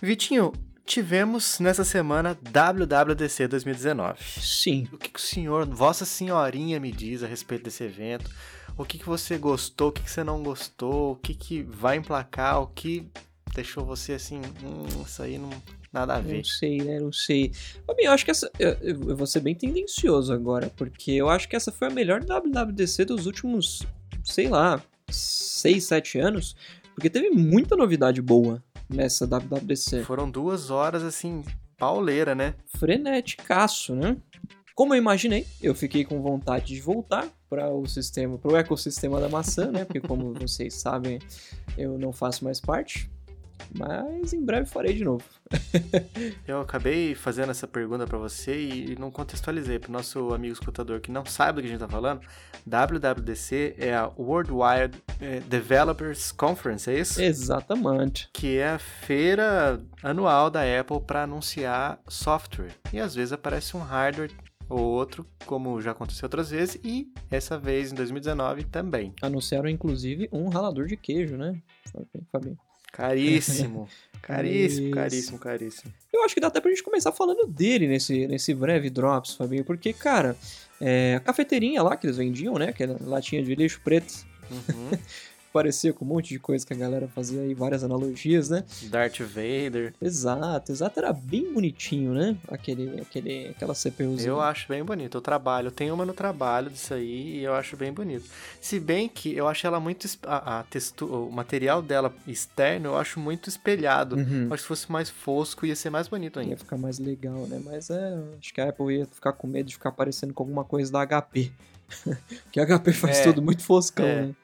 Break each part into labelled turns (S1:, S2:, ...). S1: Vitinho, tivemos nessa semana WWDC 2019.
S2: Sim.
S1: O que, que o senhor, vossa senhorinha, me diz a respeito desse evento? O que, que você gostou, o que, que você não gostou, o que, que vai emplacar, o que deixou você assim, hum, isso aí não... Nada a ver.
S2: Não sei, né? Não sei. Mas, bem, eu acho que essa. Eu, eu vou ser bem tendencioso agora, porque eu acho que essa foi a melhor WWDC dos últimos, sei lá, 6, 7 anos. Porque teve muita novidade boa nessa WWDC.
S1: Foram duas horas assim, pauleira, né?
S2: freneticaço, né? Como eu imaginei, eu fiquei com vontade de voltar para o sistema, para o ecossistema da maçã, né? Porque como vocês sabem, eu não faço mais parte. Mas em breve farei de novo.
S1: Eu acabei fazendo essa pergunta para você e não contextualizei para o nosso amigo escutador que não sabe do que a gente está falando. WWDC é a Worldwide eh, Developers Conference, é isso?
S2: Exatamente.
S1: Que é a feira anual da Apple para anunciar software. E às vezes aparece um hardware ou outro, como já aconteceu outras vezes, e essa vez em 2019 também.
S2: Anunciaram inclusive um ralador de queijo, né? Fabinho.
S1: Caríssimo, caríssimo, caríssimo, caríssimo.
S2: Eu acho que dá até pra gente começar falando dele nesse, nesse breve Drops, Fabinho, porque, cara, é, a cafeteirinha lá que eles vendiam, né? Aquela latinha de lixo preto,
S1: Uhum.
S2: parecia com um monte de coisa que a galera fazia aí, várias analogias, né?
S1: Darth Vader.
S2: Exato, exato, era bem bonitinho, né? Aquele, aquele, aquela CPUzinha.
S1: Eu acho bem bonito. Eu trabalho, eu tenho uma no trabalho disso aí e eu acho bem bonito. Se bem que eu acho ela muito. es- A, a textu- o material dela externo eu acho muito espelhado.
S2: Uhum.
S1: Eu Acho que se fosse mais fosco ia ser mais bonito
S2: Ia
S1: ainda.
S2: ficar mais legal, né? Mas é, acho que a Apple ia ficar com medo de ficar parecendo com alguma coisa da HP. que a HP faz
S1: É.
S2: tudo muito foscão,
S1: É.
S2: né?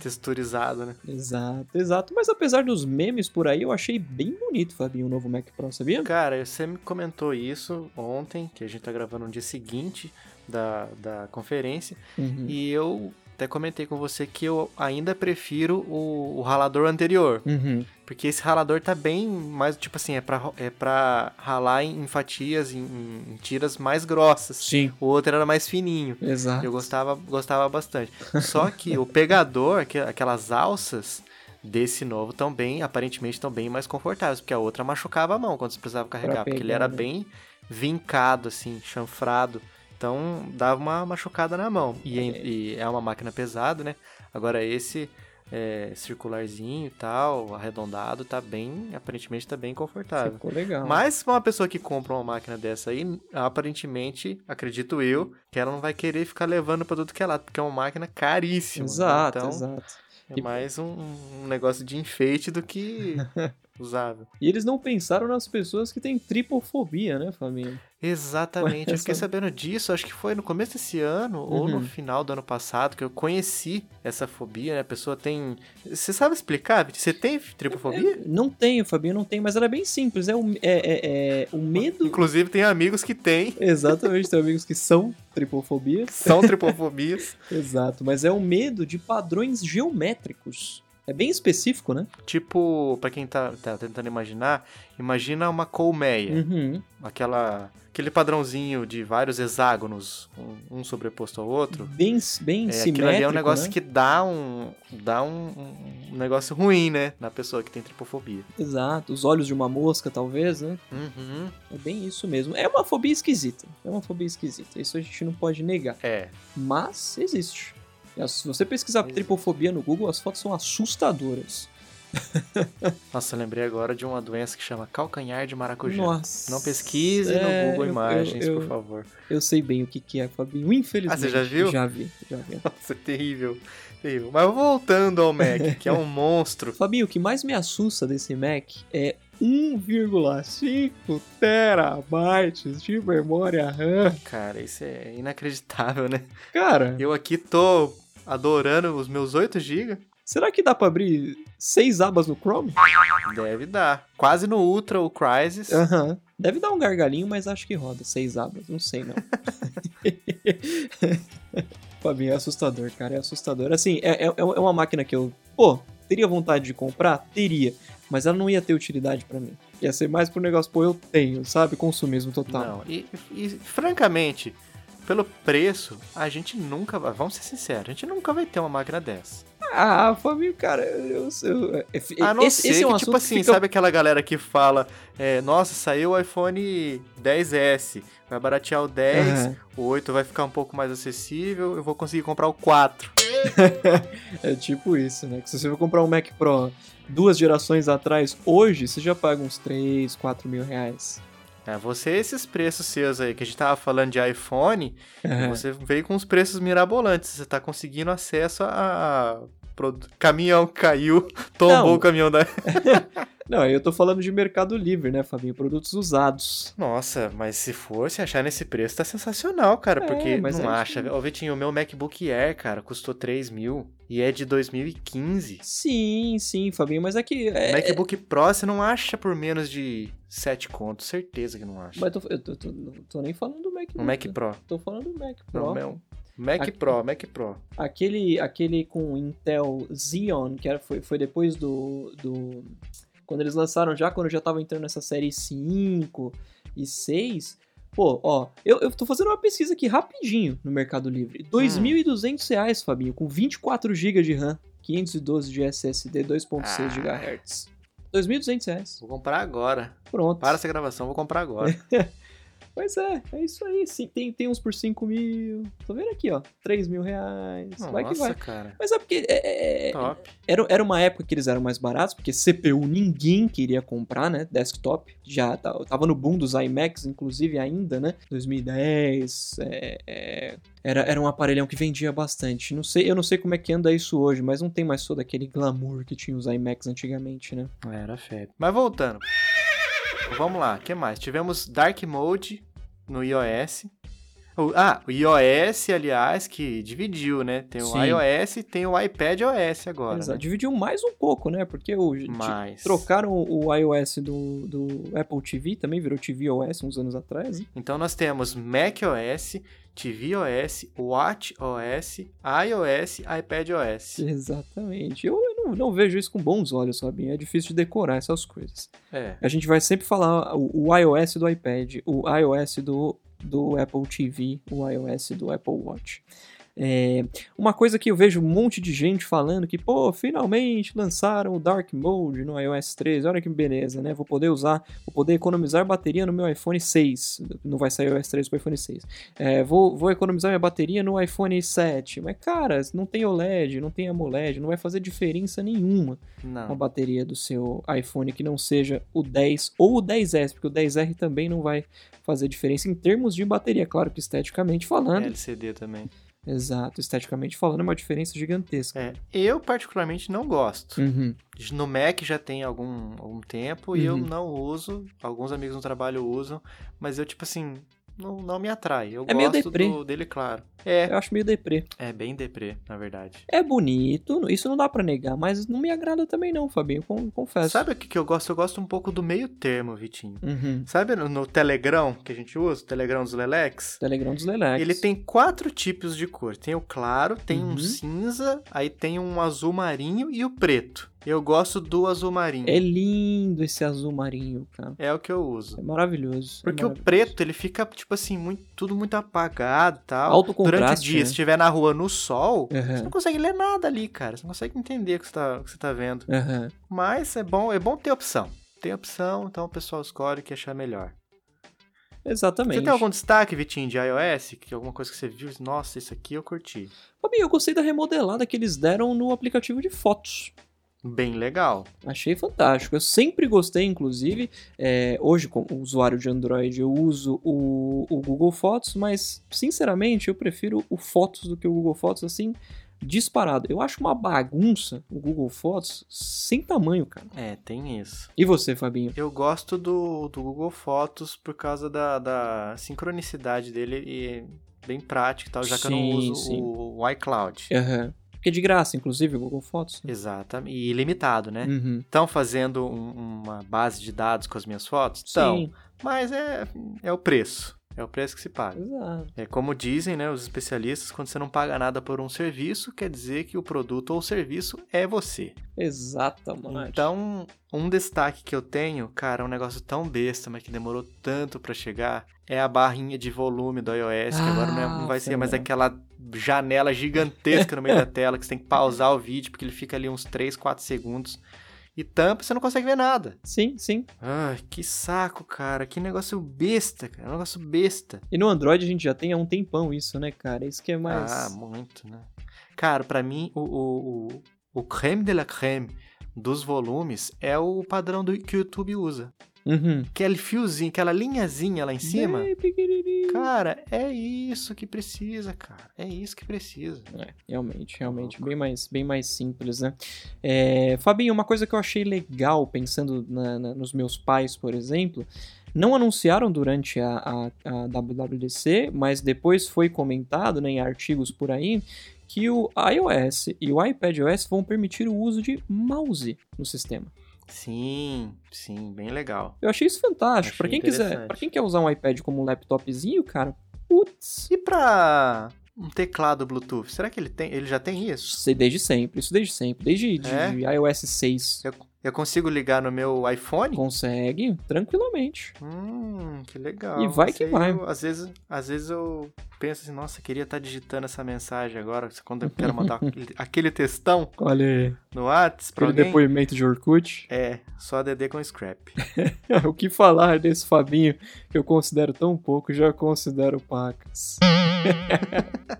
S1: Texturizado, né?
S2: Exato, exato. Mas apesar dos memes por aí, eu achei bem bonito, Fabinho, o novo Mac Pro, sabia?
S1: Cara, você me comentou isso ontem, que a gente tá gravando no dia seguinte da, da conferência,
S2: Uhum.
S1: e eu até comentei com você que eu ainda prefiro o, o ralador anterior.
S2: Uhum.
S1: Porque esse ralador tá bem mais, tipo assim, é pra, ro- é pra ralar em, em fatias, em, em- em tiras mais grossas.
S2: Sim,
S1: O outro era mais fininho.
S2: exato.
S1: Eu gostava, gostava bastante. Só que o pegador, aque- aquelas alças desse novo tão bem, aparentemente tão bem mais confortáveis, porque a outra machucava a mão quando você precisava carregar, porque ele
S2: pegar,
S1: era
S2: né?
S1: bem vincado, assim, chanfrado. Então dava uma machucada na mão. E, em- e é uma máquina pesada, né? Agora esse é, circularzinho e tal, arredondado, tá bem. Aparentemente tá bem confortável.
S2: Ficou legal.
S1: Mas pra uma pessoa que compra uma máquina dessa aí, aparentemente, acredito eu, que ela não vai querer ficar levando pra tudo que é lado, porque é uma máquina caríssima. né?
S2: Exato,
S1: então,
S2: exato.
S1: é mais um, um negócio de enfeite do que usável.
S2: E eles não pensaram nas pessoas que têm tripofobia, né, família?
S1: Exatamente. Eu fiquei
S2: Essa-
S1: sabendo disso, acho que foi no começo desse ano ou no
S2: Uhum.
S1: final do ano passado que eu conheci essa fobia, né? A pessoa tem. Você sabe explicar? Vitor? Você tem tripofobia?
S2: Não tenho, Fabinho, não tenho, mas era bem simples. É o, é, é, é o medo.
S1: Inclusive, tem amigos que têm,
S2: Exatamente, tem amigos que são tripofobia.
S1: que são tripofobias.
S2: Exato, mas é o medo de padrões geométricos. É bem específico, né?
S1: Tipo, pra quem tá, tá tentando imaginar, imagina uma colmeia.
S2: Uhum.
S1: Aquela, aquele padrãozinho de vários hexágonos, um, um sobreposto ao outro.
S2: Bem,
S1: É, aquilo
S2: bem Hum, simétrico.
S1: ali é um negócio
S2: né?
S1: que dá um. dá um, um- um negócio ruim, né? Na pessoa que tem tripofobia.
S2: Exato, os olhos de uma mosca, talvez, né?
S1: Uhum.
S2: É bem isso mesmo. É uma fobia esquisita. É uma fobia esquisita. Isso a gente não pode negar.
S1: É.
S2: Mas existe. É, Se você pesquisar
S1: Existe.
S2: tripofobia no Google, as fotos são assustadoras.
S1: Nossa, eu lembrei agora de uma doença que chama calcanhar de maracujá.
S2: Nossa.
S1: Não pesquise
S2: É,
S1: no Google
S2: eu-
S1: Imagens,
S2: eu,
S1: por favor.
S2: Eu sei bem o que que é, Fabinho. Infelizmente.
S1: Ah, você já viu?
S2: Já vi, já vi.
S1: Nossa, é terrível. terrível. Mas voltando ao Mac, que é um monstro.
S2: Fabinho, o que mais me assusta desse Mac é 1,5 terabytes de memória RAM.
S1: Cara, isso é inacreditável, né?
S2: Cara,
S1: Eu aqui tô adorando os meus 8 GB.
S2: será que dá pra abrir seis abas no Chrome?
S1: Deve dar. Quase no Ultra o Crysis.
S2: Aham. Deve dar um gargalinho, mas acho que roda. Seis abas, não sei não. Fabinho, é assustador, cara, é assustador. Assim, é, é, é uma máquina que eu, pô, teria vontade de comprar? Teria. Mas ela não ia ter utilidade pra mim. Ia ser mais pro negócio, pô, eu tenho, sabe? Consumismo total.
S1: Não, e, e, francamente, pelo preço, a gente nunca vai. Vamos ser sinceros, a gente nunca vai ter uma máquina dessa.
S2: Ah, Fabinho, cara, eu, eu, eu,
S1: A não
S2: esse,
S1: ser
S2: esse é um
S1: que,
S2: assunto
S1: tipo assim,
S2: que fica-
S1: sabe aquela galera que fala, é, nossa, saiu o iPhone 10S, vai baratear o 10,
S2: Aham.
S1: o 8 vai ficar um pouco mais acessível, eu vou conseguir comprar o 4.
S2: É tipo isso, né? Que se você for comprar um Mac Pro duas gerações atrás, hoje, você já paga uns 3, 4 mil reais.
S1: É, você, esses preços seus aí, que a gente tava falando de iPhone, você veio com uns preços mirabolantes, você tá conseguindo acesso a... a produ- Caminhão caiu, tombou
S2: Não.
S1: o caminhão da.
S2: Não, eu tô falando de mercado livre, né, Fabinho? Produtos usados.
S1: Nossa, mas se for, se achar nesse preço, tá sensacional, cara.
S2: É,
S1: porque
S2: mas
S1: não
S2: aí-
S1: acha. Ô, Vitinho, o meu MacBook Air, cara, custou 3 mil e é de 2015.
S2: Sim, sim, Fabinho, mas é que. é-
S1: MacBook Pro, você não acha por menos de 7 conto. Certeza que não acha.
S2: Mas eu tô, eu tô- tô- não tô nem falando do Mac.
S1: Um Mac Pro.
S2: Tô falando do Mac Pro.
S1: Não, é um meu. Mac
S2: Aqui-
S1: Pro, Mac Pro.
S2: Aquele, aquele com Intel Xeon, que era, foi, foi depois do, do. Quando eles lançaram já, quando já tava entrando nessa série 5 e 6. Pô, ó, eu, eu tô fazendo uma pesquisa aqui rapidinho no Mercado Livre.
S1: Hum.
S2: R$ 2.200, reais, Fabinho, com 24 GB de RAM, 512 de SSD, 2.6
S1: Ah.
S2: GHz. R$ 2.200. reais.
S1: Vou comprar agora.
S2: Pronto.
S1: Para essa gravação, vou comprar agora.
S2: Pois é, é isso aí. Sim, tem, tem uns por 5 mil. Tô vendo aqui, ó. 3 mil reais. Vai que
S1: Nossa,
S2: vai.
S1: cara.
S2: Mas é porque é, é, é,
S1: Top.
S2: era, era uma época que eles eram mais baratos, porque CPU ninguém queria comprar, né? Desktop. Já ta- tava no boom dos iMacs, inclusive, ainda, né? 2010. é, é, era, era um aparelhão que vendia bastante. Não sei, eu não sei como é que anda isso hoje, mas não tem mais todo aquele glamour que tinha os iMacs antigamente, né?
S1: Era feio. Mas voltando. Então, Vamos lá, o que mais? Tivemos Dark Mode no iOS. O- ah, o iOS, aliás, que dividiu, né? Tem o
S2: Sim.
S1: iOS e tem o iPad OS agora.
S2: Exato.
S1: Né?
S2: Dividiu mais um pouco, né? Porque o,
S1: Mas.
S2: Trocaram o iOS do, do Apple TV, também virou TV OS uns anos atrás. né?
S1: Então nós temos macOS, tvOS, watchOS, iOS, iPadOS.
S2: Exatamente. Eu, eu não, não vejo isso com bons olhos, Robinho. É difícil de decorar essas coisas.
S1: É.
S2: A gente vai sempre falar o, o iOS do iPad, o iOS do, do Apple TV, o iOS do Apple Watch. É, uma coisa que eu vejo um monte de gente falando que, pô, finalmente lançaram o Dark Mode no iOS 13, olha que beleza, né? Vou poder usar, vou poder economizar bateria no meu iPhone 6. Não vai sair o iOS 13 pro iPhone 6. É, vou, vou economizar minha bateria no iPhone 7. Mas, cara, não tem OLED, não tem AMOLED, não vai fazer diferença nenhuma uma
S1: Não.
S2: bateria do seu iPhone que não seja o 10 ou o 10S, porque o 10R também não vai fazer diferença em termos de bateria, claro que esteticamente falando.
S1: LCD também.
S2: Exato, esteticamente falando é uma diferença gigantesca.
S1: É, eu particularmente não gosto.
S2: Uhum,
S1: No Mac já tem algum, algum tempo e eu
S2: Uhum.
S1: não uso. Alguns amigos no trabalho usam, mas eu, tipo assim, não, não me atrai. Eu
S2: É meio
S1: gosto
S2: deprê.
S1: do- dele, claro. É,
S2: Eu acho meio deprê.
S1: é bem deprê, na verdade.
S2: É bonito, isso não dá pra negar, mas não me agrada também não, Fabinho, con- confesso.
S1: Sabe o que, que eu gosto? Eu gosto um pouco do meio termo, Vitinho.
S2: Uhum.
S1: Sabe no, no Telegram que a gente usa, o Telegram dos Lelex?
S2: Telegram dos Lelex.
S1: Ele tem quatro tipos de cor. Tem o claro, tem
S2: Uhum.
S1: um cinza, aí tem um azul marinho e o preto. Eu gosto do azul marinho.
S2: É lindo esse azul marinho, cara.
S1: É o que eu uso.
S2: É maravilhoso. é
S1: Porque o
S2: maravilhoso.
S1: preto, ele fica, tipo assim, muito- tudo muito apagado e tal.
S2: Alto
S1: Durante tipo, o
S2: contraste,
S1: dia, se
S2: né?
S1: estiver na rua no sol,
S2: Aham,
S1: você não consegue ler nada ali, cara. Você não consegue entender o que você tá, o que você tá vendo.
S2: aham.
S1: Mas é bom, é bom ter opção. Tem opção, então o pessoal escolhe o que achar melhor.
S2: Exatamente.
S1: Você tem algum destaque, Vitinho, de iOS? Que alguma coisa que você viu? Nossa, isso aqui eu curti.
S2: Fabinho, eu gostei da remodelada que eles deram no aplicativo de fotos.
S1: Bem legal.
S2: Achei fantástico. Eu sempre gostei, inclusive. é, hoje, como usuário de Android, eu uso o, o Google Fotos, mas, sinceramente, eu prefiro o Fotos do que o Google Fotos, assim, disparado. Eu acho uma bagunça o Google Fotos sem tamanho, cara.
S1: É, tem isso.
S2: E você, Fabinho?
S1: Eu gosto do, do Google Fotos por causa da, da sincronicidade dele e bem prático e tal, já que eu não
S2: Sim,
S1: uso
S2: sim.
S1: o, o iCloud.
S2: Aham. Porque é de graça, inclusive, o Google Fotos. né?
S1: Exatamente. E ilimitado, né?
S2: Uhum.
S1: Estão fazendo um- uma base de dados com as minhas fotos? Estão.
S2: Sim,
S1: Mas é, é o preço. É o preço que se paga.
S2: exato.
S1: É como dizem né, os especialistas, quando você não paga nada por um serviço, quer dizer que o produto ou serviço é você.
S2: Exatamente.
S1: Então, um destaque que eu tenho, cara, é um negócio tão besta, mas que demorou tanto pra chegar, é a barrinha de volume do iOS, que agora não, é-
S2: Ah,
S1: não vai ser mais
S2: Fernando.
S1: aquela janela gigantesca no meio da tela que você tem que pausar o vídeo porque ele fica ali uns 3, 4 segundos e tampa e você não consegue ver nada.
S2: Sim, sim.
S1: Ai, que saco, cara. Que negócio besta, cara. é um Negócio besta.
S2: E no Android a gente já tem há um tempão isso, né, cara? Isso que é mais.
S1: Ah, muito, né? Cara, pra mim, o, o, o, o creme de la creme dos volumes é o padrão do, que o YouTube usa.
S2: Uhum.
S1: Aquele fiozinho, aquela linhazinha lá em cima.
S2: Bem pequenininho.
S1: Cara, é isso que precisa, cara. É isso que precisa.
S2: É, realmente, realmente. Bem mais, bem mais simples, né? É, Fabinho, uma coisa que eu achei legal, pensando na- na- nos meus pais, por exemplo, não anunciaram durante a, a- a WWDC, mas depois foi comentado né, em artigos por aí que o iOS e o iPadOS vão permitir o uso de mouse no sistema.
S1: Sim, sim, bem legal.
S2: Eu achei isso fantástico. Para
S1: Achei
S2: quem quiser,
S1: interessante.
S2: para quem quer usar um iPad como um laptopzinho, cara, putz,
S1: E pra um teclado Bluetooth, será que ele tem? Ele já tem isso?
S2: Isso desde sempre, isso desde sempre, desde de
S1: É?
S2: iOS 6.
S1: Eu, eu consigo ligar no meu iPhone?
S2: Consegue tranquilamente.
S1: Hum, que legal.
S2: E vai
S1: Isso
S2: que
S1: aí
S2: vai.
S1: eu- às, vezes, às vezes eu penso assim, nossa, queria estar digitando essa mensagem agora, quando eu quero mandar aquele, aquele textão
S2: Olha aí,
S1: no Whats pra alguém.
S2: depoimento de Orkut.
S1: É, só DD com scrap.
S2: o que falar desse Fabinho que eu considero tão pouco, já considero pacas.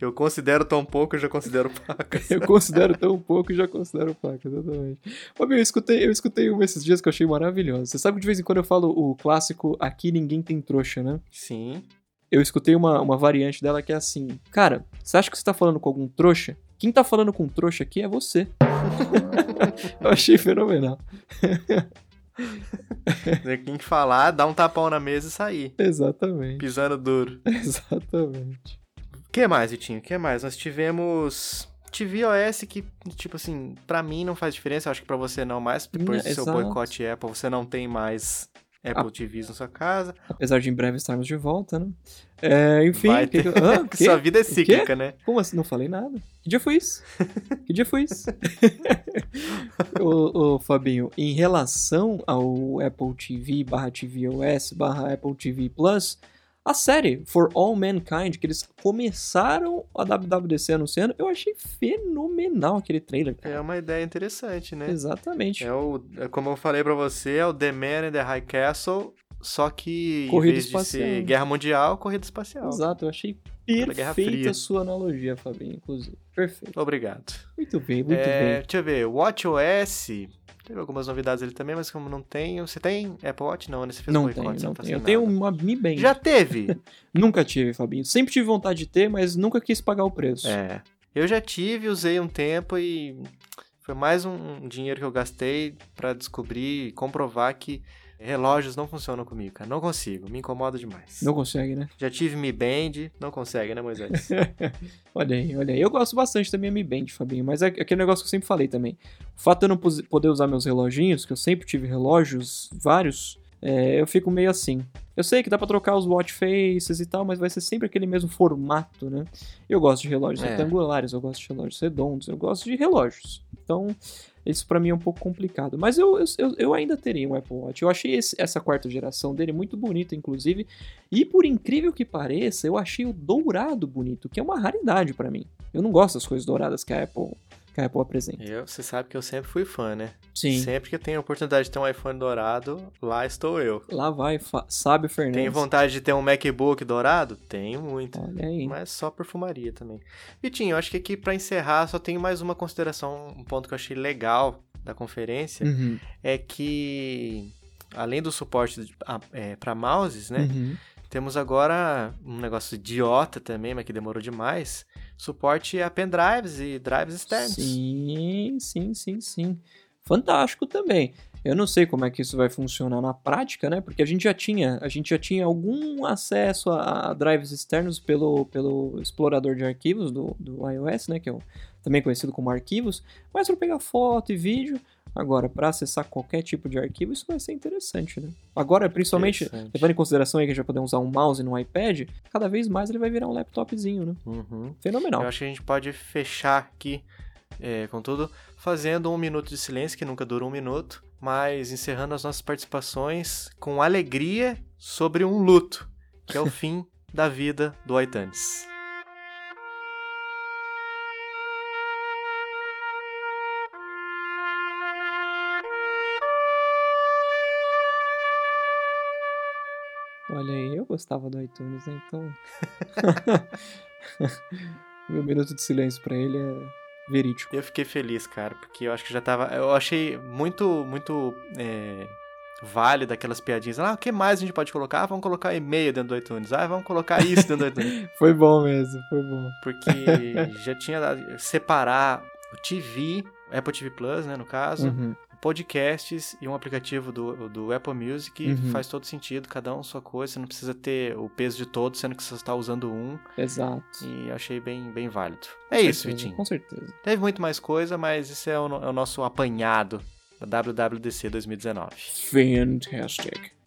S1: Eu considero tão pouco, eu já considero pacas.
S2: Eu considero tão pouco e já considero pacas, exatamente. Fabinho, eu escutei, eu escutei um esses dias que eu achei maravilhoso. Você sabe que de vez em quando eu falo o clássico Aqui Ninguém Tem Trouxa, né?
S1: Sim.
S2: Eu escutei uma, uma variante dela que é assim: Cara, você acha que você tá falando com algum trouxa? Quem tá falando com trouxa aqui é você. eu achei fenomenal.
S1: Quem falar, dá um tapão na mesa e sair.
S2: Exatamente.
S1: Pisando duro.
S2: Exatamente.
S1: O que mais, Vitinho? O que mais? Nós tivemos. TVOS que, tipo assim, pra mim não faz diferença, eu acho que pra você não mais, porque depois
S2: Hum,
S1: do seu
S2: exato.
S1: boicote Apple, você não tem mais Apple TVs na sua casa.
S2: Apesar de em breve estarmos de volta, né? É, enfim.
S1: Vai
S2: o que
S1: ter.
S2: que eu- Hã? O
S1: Porque
S2: quê?
S1: sua vida é cíclica, né?
S2: Como assim? Não falei nada. Que dia foi isso? Que dia foi isso? ô, ô, Fabinho, em relação ao Apple TV barra TVOS barra Apple TV Plus, a série For All Mankind, que eles começaram a WWDC anunciando, eu achei fenomenal aquele trailer,
S1: É
S2: cara.
S1: uma ideia interessante, né?
S2: Exatamente.
S1: É o, é como eu falei pra você, é o The Man in the High Castle, só que
S2: Corrida
S1: em vez
S2: espacial.
S1: de ser guerra mundial, corrida espacial.
S2: Exato, eu achei
S1: Aquela É Guerra
S2: perfeita
S1: Fria.
S2: a sua analogia, Fabinho, inclusive. Perfeito.
S1: Obrigado.
S2: Muito bem, muito
S1: É,
S2: bem.
S1: Deixa eu ver, WatchOS. Teve algumas novidades ali também, mas como não tenho. Você tem Apple Watch? Não, né? Você fez
S2: Não
S1: boicote,
S2: tenho,
S1: você
S2: não
S1: tá
S2: tenho. Eu
S1: sem
S2: tenho um
S1: nada.
S2: uma Mi Band.
S1: Já teve!
S2: Nunca tive, Fabinho. Sempre tive vontade de ter, mas nunca quis pagar o preço.
S1: é. Eu já tive, usei um tempo e foi mais um um dinheiro que eu gastei pra descobrir e comprovar que relógios não funcionam comigo, cara. Não consigo, me incomoda demais.
S2: Não consegue, né?
S1: Já tive Mi Band, não consegue, né, Moisés?
S2: Olha aí, olha aí. Eu gosto bastante da minha Mi Band, Fabinho, mas é aquele negócio que eu sempre falei também. O fato de eu não pos- poder usar meus reloginhos, que eu sempre tive relógios, vários, é, eu fico meio assim. Eu sei que dá pra trocar os watch faces e tal, mas vai ser sempre aquele mesmo formato, né? Eu gosto de relógios
S1: É.
S2: retangulares, eu gosto de relógios redondos, eu gosto de relógios. Então, isso pra mim é um pouco complicado. Mas eu, eu- eu, eu ainda teria um Apple Watch. Eu achei esse- essa quarta geração dele muito bonita, inclusive. E por incrível que pareça, eu achei o dourado bonito, que é uma raridade pra mim. Eu não gosto das coisas douradas que a Apple, que a Apple apresenta.
S1: Eu, você sabe que eu sempre fui fã, né? Sempre que eu tenho a oportunidade de ter um iPhone dourado, lá estou eu.
S2: Lá vai, fa- sabe, Fernandes.
S1: Tem vontade de ter um MacBook dourado? Tenho muito.
S2: Olha aí.
S1: Mas só perfumaria também. Vitinho, eu acho que aqui pra encerrar, só tem mais uma consideração, um ponto que eu achei legal da conferência,
S2: Uhum,
S1: é que além do suporte de- a- é, para mouses, né?
S2: uhum.
S1: Temos agora um negócio idiota também, mas que demorou demais, suporte a pendrives e drives externos.
S2: Sim, sim, sim, sim. Fantástico também. Eu não sei como é que isso vai funcionar na prática, né? Porque a gente já tinha, a gente já tinha algum acesso a, a drives externos pelo, pelo explorador de arquivos do, do iOS, né? Que é o- também conhecido como arquivos. Mas para pegar foto e vídeo, agora para acessar qualquer tipo de arquivo, isso vai ser interessante, né? Agora, principalmente
S1: Interessante.
S2: levando em consideração aí que a gente vai poder usar um mouse no iPad, cada vez mais ele vai virar um laptopzinho, né?
S1: Uhum.
S2: Fenomenal.
S1: Eu acho que a gente pode fechar aqui, é, contudo, fazendo um minuto de silêncio, que nunca dura um minuto, mas encerrando as nossas participações com alegria sobre um luto, que é o fim da vida do Aitanes.
S2: Olha aí, eu gostava do iTunes, né? Então. Meu minuto de silêncio pra ele é verídico.
S1: Eu fiquei feliz, cara, porque eu acho que já tava. Eu achei muito, muito é, válido aquelas piadinhas. Ah, o que mais a gente pode colocar? Ah, vamos colocar e-mail dentro do iTunes. Ah, vamos colocar isso dentro do iTunes.
S2: Foi bom mesmo, foi bom.
S1: Porque já tinha dado- separar o TV, Apple TV Plus, né, no caso,
S2: Uhum.
S1: podcasts e um aplicativo do, do Apple Music
S2: Uhum.
S1: faz todo sentido, cada um sua coisa, você não precisa ter o peso de todos, sendo que você está usando um,
S2: Exato.
S1: e eu achei bem, bem válido. É
S2: Com
S1: isso,
S2: certeza,
S1: Vitinho.
S2: Com certeza.
S1: Teve muito mais coisa, mas isso é o, no- é o nosso apanhado da WWDC 2019.
S2: Fantastic.